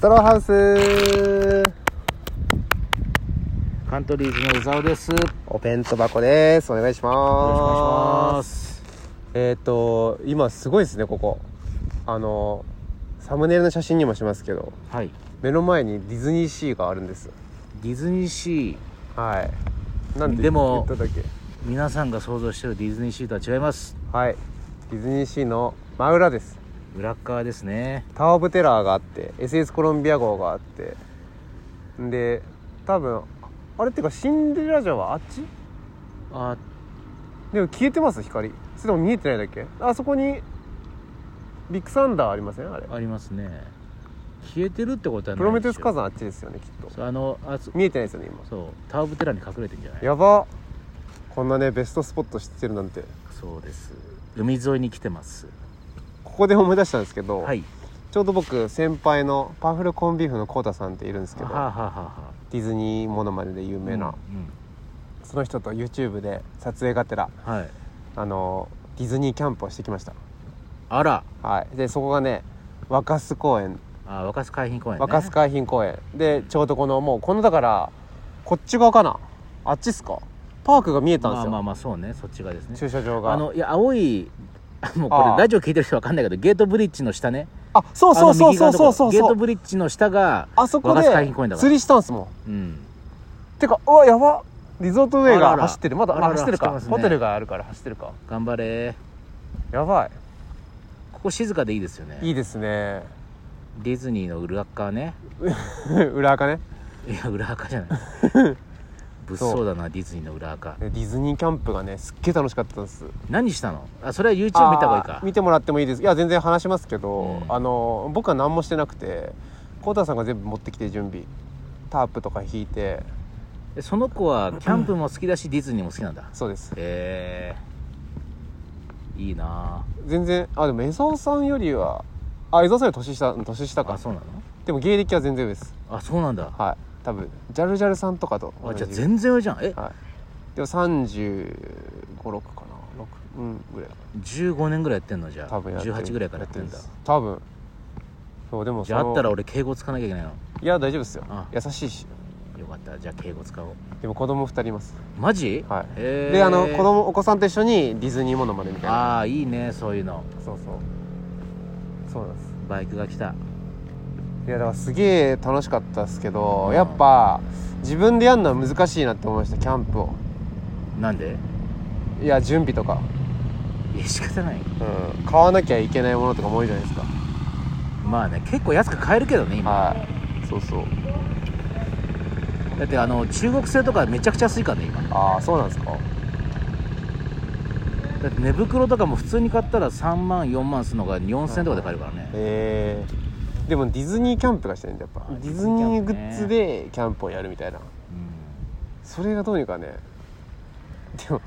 ドローハウスカントリーズの小沢ですよろしくお弁当箱ですお願いしおま願いしますすえっ、と今すごいですねここあのサムネイルの写真にもしますけどはい目の前にディズニーシーがあるんですディズニーシーはいなんででも言っただけ皆さんが想像してるディズニーシーとは違いますはいディズニーシーの真裏です裏っ側ですねタワー・オブ・テラーがあって SS コロンビア号があってんで多分あれっていうかシンデレラ城はあっちあでも消えてます光それでも見えてないだけあそこにビッグサンダーありませんあれありますね消えてるってことはないプロメテウス火山山あっちですよねきっとあのあそ見えてないですよね今そうタワーオブテラーに隠れてんじゃないやばこんなねベストスポット知ってるなんてそうです海沿いに来てますここで思い出したんですけど、はいちょうど僕先輩のパワフルコンビーフのコウタさんっているんですけはどあ、はあはあはあディズニーモノマネで有名な、その人と YouTube で撮影がてらうんうんはいあのディズニーキャンプをしてきましたあらはいでそこがね若洲公園あ若洲海浜公園ね若洲海浜公園でちょうどこのもうこのだからこっち側かなあっちっすかパークが見えたんでますあよ、まあまあそうねそっち側ですね駐車場がああのいや青い もうこああれラジオ聞いてる人わかんないけどゲートブリッジの下ねそうそうそうそうそうあのそう右側のところゲーそトうブリッジの下があそこ若で洲海浜公園だから釣りしたんすもんうんてかうわやばリゾートウェイあらがら走ってるまだあらあら走ってる走ってかますねホテルがあるから走ってるか頑張れやばここ静かでいいですよねいいいですね ディズニーの裏側ね裏垢ねいや裏垢じゃな い物騒だなディズニーの裏垢でディズニーキャンプがねすっげえ楽しかったんです何したのあそれは YouTube 見た方がいいあかー見てもらってもいいですいや全然話しますけど、うんあの僕は何もしてなくてコウタさんが全部持ってきて準備タープとか引いてえその子はキャンプも好きだしディズニーも好きなんだそうですへえいいな全然あでも江沢さんよりはあ江沢さんより年下年下あかそうなのでも芸歴は全然上ですあそうなんだはい多分ジャルジャルさんとかと同あじゃあぐ全然上じゃんえはいでも356かな6うんぐらいか15年ぐらいやってんのじゃあ多分やってる18ぐらいからやってんだやます多分そうでもじゃあそあのったら俺敬語使わなきゃいけないのいや大丈夫ですよあ優しいしよかったじゃあ敬語使おうでも子供2人いますマジはいへえであの子供お子さんと一緒にディズニーものまでみたいなああいいねそういうのそうそうそうなんですバイクが来たいやだからすげえ楽しかったですけど、うんやっぱ自分でやるのは難しいなって思いましたキャンプをなんでいや準備とか、いや仕方ないうん、買わなきゃいけないものとかも多いじゃないですかまあね結構安く買えるけどね今はいそうそうだってあの中国製とかめちゃくちゃ安いからね今ああそうなんですかだって寝袋とかも普通に買ったら3万4万するのが4000円とかで買えるからねえー、でもディズニーキャンプがしてるんだやっぱあディズニーディズニーキャンプグねッズでキャンプをやるみたいなそれがどうにかねでも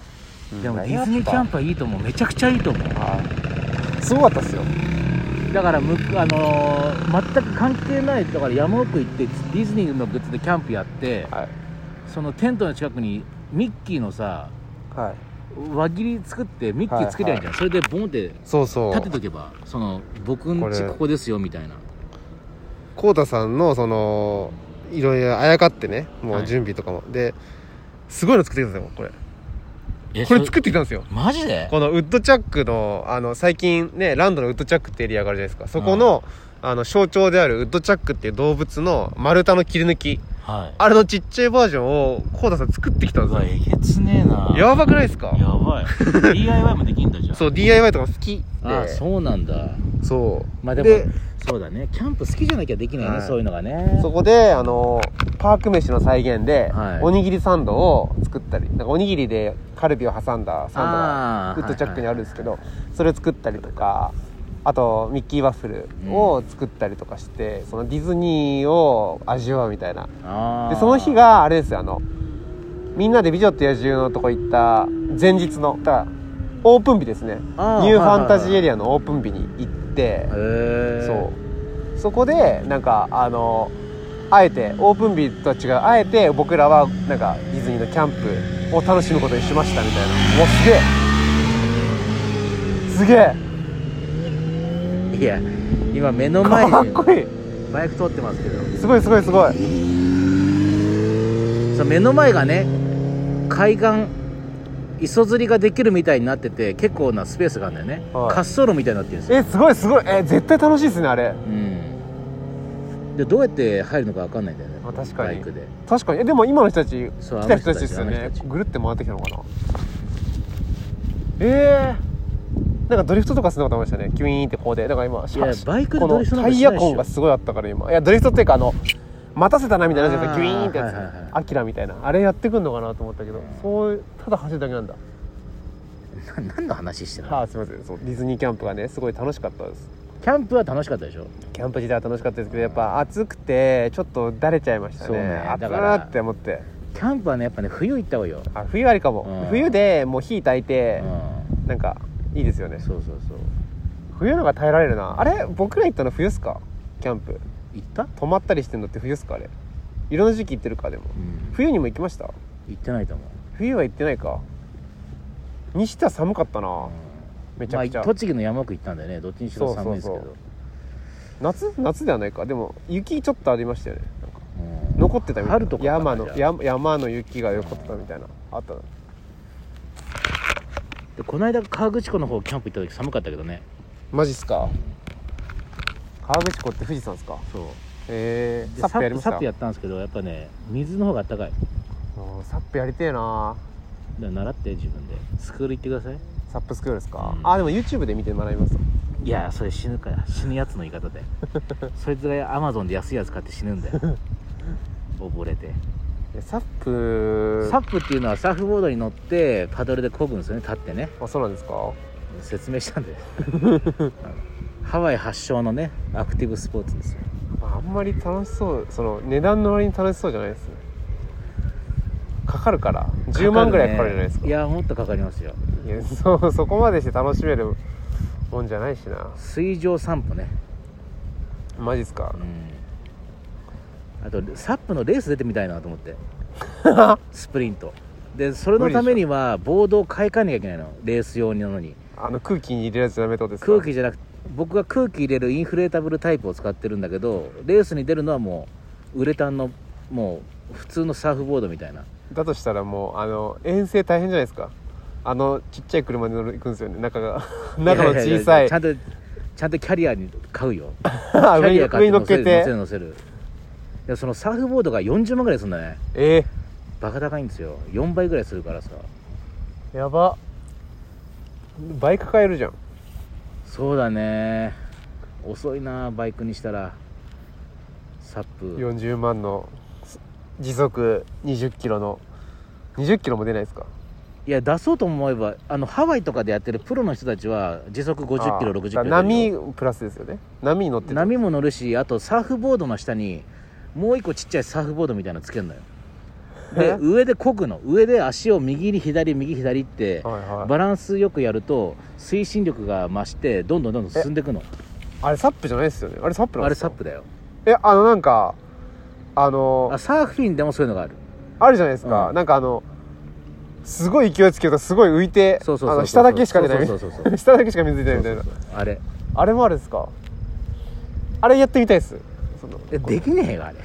うんでもディズニーキャンププはいいと思うめちゃくちゃいいと思うすごかったっすよだからむあのー全く関係ないだから山奥行ってディズニーのグッズでキャンプやってはいそのテントの近くにミッキーのさはい輪切り作ってミッキー作りゃいいじゃん、それでボンってそうそう立てとけばその僕こんれちここですよみたいなコウタさんのそのいろいろあやかってねもはうい準備とかも、ですごいの作ってきたんですよこれえこれそ作ってきたんですよマジでこのウッドチャックのあの最近ねランドのウッドチャックってエリアがあるじゃないですかそこの,、あの象徴であるウッドチャックっていう動物の丸太の切り抜きはいあれのちっちゃいバージョンをコウタさん作ってきたんうわですえげつねえなよやばくないですかや ばい DIY もできんだじゃんそう DIY とか好きであそうなんだそうまあでもでそうだねキャンプ好きじゃなきゃできないね、はいそういうのがねそこで、あの、パーク飯の再現で、はいおにぎりサンドを作ったり、なんかおにぎりでカルビを挟んだサンドがあーウッドチャックにあるんですけど、それを作ったりとか、あとミッキーワッフルを作ったりとかして、そのディズニーを味わうみたいな。あで、ーその日があれですよ、あの、みんなで美女と野獣のとこ行った前日の、だからオープン日ですね。ニあーューファンタジーエリアのオープン日に行って、へえそうそこでなんかあのあえてオープン日とは違うあえて僕らはなんかディズニーのキャンプを楽しむことにしましたみたいなおすげえすげえいや今目の前にかっこいいバイク通ってますけどすごいすごいすごいその目の前がね海岸磯釣りができるみたいになってて結構なスペースがあるんだよね、はい滑走路みたいになってるんですよ、えすごいすごいえ絶対楽しいですねあれうん、でどうやって入るのか分かんないんだよねあ確かにバイクで確かにえでも今の人たちそう来た人たちですよあのね人たちぐるって回ってきたのかなえー、なんかドリフトとかするのかと思いましたねキュイーンってこうでだから今いやしバイクでこドリのフトなんタかイしヤないでしょ痕がすごいあったから今いやドリフトっていうかあの待たせたなみたいなのあるじゃないですかあキューイーンってやつ、はいはいはいアキラみたいなあれやってくんのかなと思ったけどそういうただ走るだけなんだな何の話してんのあーすいませんそうディズニーキャンプがねすごい楽しかったですキャンプは楽しかったでしょキャンプ自体は楽しかったですけどやっぱ暑くてちょっとだれちゃいましたそうねね暑いだからなって思ってキャンプはねやっぱね冬行った方がいいよ、あ冬ありかも、うん冬でもう火焚いて、うなんかいいですよねん、そうそうそう冬のが耐えられるなあれ僕ら行ったの冬っすかキャンプ行った、泊まったりしてんのって冬っすかあれいろんな時期行ってるかでもうん、冬にも行きました行ってないと思う冬は行ってないかにしては寒かったなめちゃくちまゃ、あ、栃木の山奥行ったんだよねどっちにしろ寒いですけどそうそう夏夏ではないかでも雪ちょっとありましたよねなんかうん残ってたみたい春なとかかな山じゃのあ山山の雪が残ってたみたいなあったなでこの間河口湖の方キャンプ行った時寒かったけどねマジっすか河口湖って富士山っすかそうえー、でサップやりましたサップやったんですけどやっぱね水の方があったかいだかうんサップやりてえなら習って自分でスクール行ってくださいサップスクールですか、うんあでも YouTube で見て学びますいやそれ死ぬから死ぬやつの言い方 でそいつがアマゾンで安いやつ買って死ぬん だよ溺れてえサップサップっていうのはサーフボードに乗ってパドルで漕ぐんですよね立ってねあそうなんですか説明したん でハワイ発祥のねアクティブスポーツですよあんまり楽しそうその値段の割に楽しそうじゃないですねかかるから10万ぐらいかかるじゃないですかいやもっとかかりますよいやそうそこまでして楽しめるもんじゃないしな水上散歩ねマジっすかあとサップのレース出てみたいなと思って スプリントでそれのためにはボードを買い替えなきゃいけないのレース用なのにあの空気に入れるやつダメってことですか空気じゃなくて僕が空気入れるインフレータブルタイプを使ってるんだけどレースに出るのはもうウレタンのもう普通のサーフボードみたいなだとしたらもうあの遠征大変じゃないですかあのちっちゃい車で乗る行くんですよね中が中のやや小やさいちゃんとちゃんとキャリアに買うよ あキャ上にリア買上に乗っけ乗せてる乗せる乗せるでもそのサーフボードが40万ぐらいするんだねえバカ高いんですよ4倍ぐらいするからさー、やば倍抱えるじゃんそうだね遅いなバイクにしたらサップ40万のす時速20キロの20キロも出ないですかいや出そうと思えばあのハワイとかでやってるプロの人たちは時速50キロあー60キだロから出るよ波プラスですよね波に乗ってる波も乗るしあとサーフボードの下にもう一個ちっちゃいサーフボードみたいなのつけるのよでえ上でこぐの上で足を右に左右左ってはいはいバランスよくやると推進力が増してどんどんどんどん進んでいくのあれサップじゃないですよねあれサップなあんれですサかップだよえあのなんかあのあサーフィンでもそういうのがあるあるじゃないですか、うんなんかあのすごい勢いつけるとすごい浮いてそうそうそうそうあの下だけしか出ないみたそいうそうそうそうな 下だけしか水出ないみたいなそうそうそうあれあれもあるんですかあれやってみたいですそのえできねえよあれ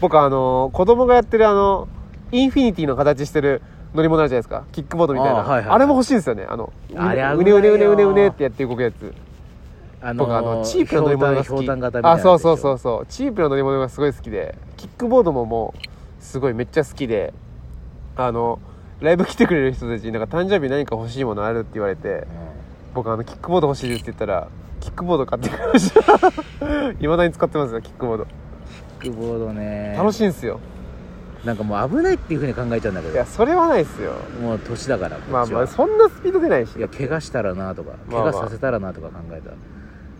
僕あの子供がやってるあのインフィニティの形してる乗り物あるじゃないですかキックボードみたいなあ,、あはいはいはいれも欲しいんですよねあのあれ危ないようねうねうねうねうねってやって動くやつあの僕あのチープな乗り物が好きひょうたんひょうたん型みたいなあそうそうそううそうチープな乗り物がすごい好きでキックボードももうすごいめっちゃ好きであのライブ来てくれる人たちになんか誕生日何か欲しいものあるって言われて僕あのキックボード欲しいですって言ったらキックボード買ってくれました いまだに使ってますよキックボードキックボードね楽しいんですよなんかもう危ないっていうふうに考えちゃうんだけいやそれはないですよどもう年だからこっちまはあまあそんなスピード出ないしいや怪我したらなとか怪まあまあ我させたらなとか考えたら、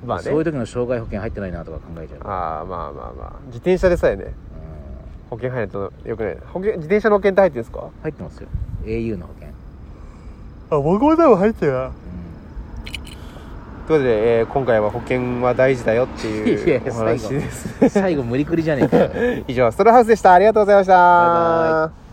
まあねそういう時の障害保険入ってないなとか考えちゃうああまあまあまあ自転車でさえねうん保険入るとよくない保険自転車の保険って入ってるんですか入ってますよ au の保険、あ僕も多分入ってるなということで、えー今回は保険は大事だよっていやいいうやお話です。うん最後無理くりじゃねえかよ以上、ストローハウスでした。ありがとうございました。バイバ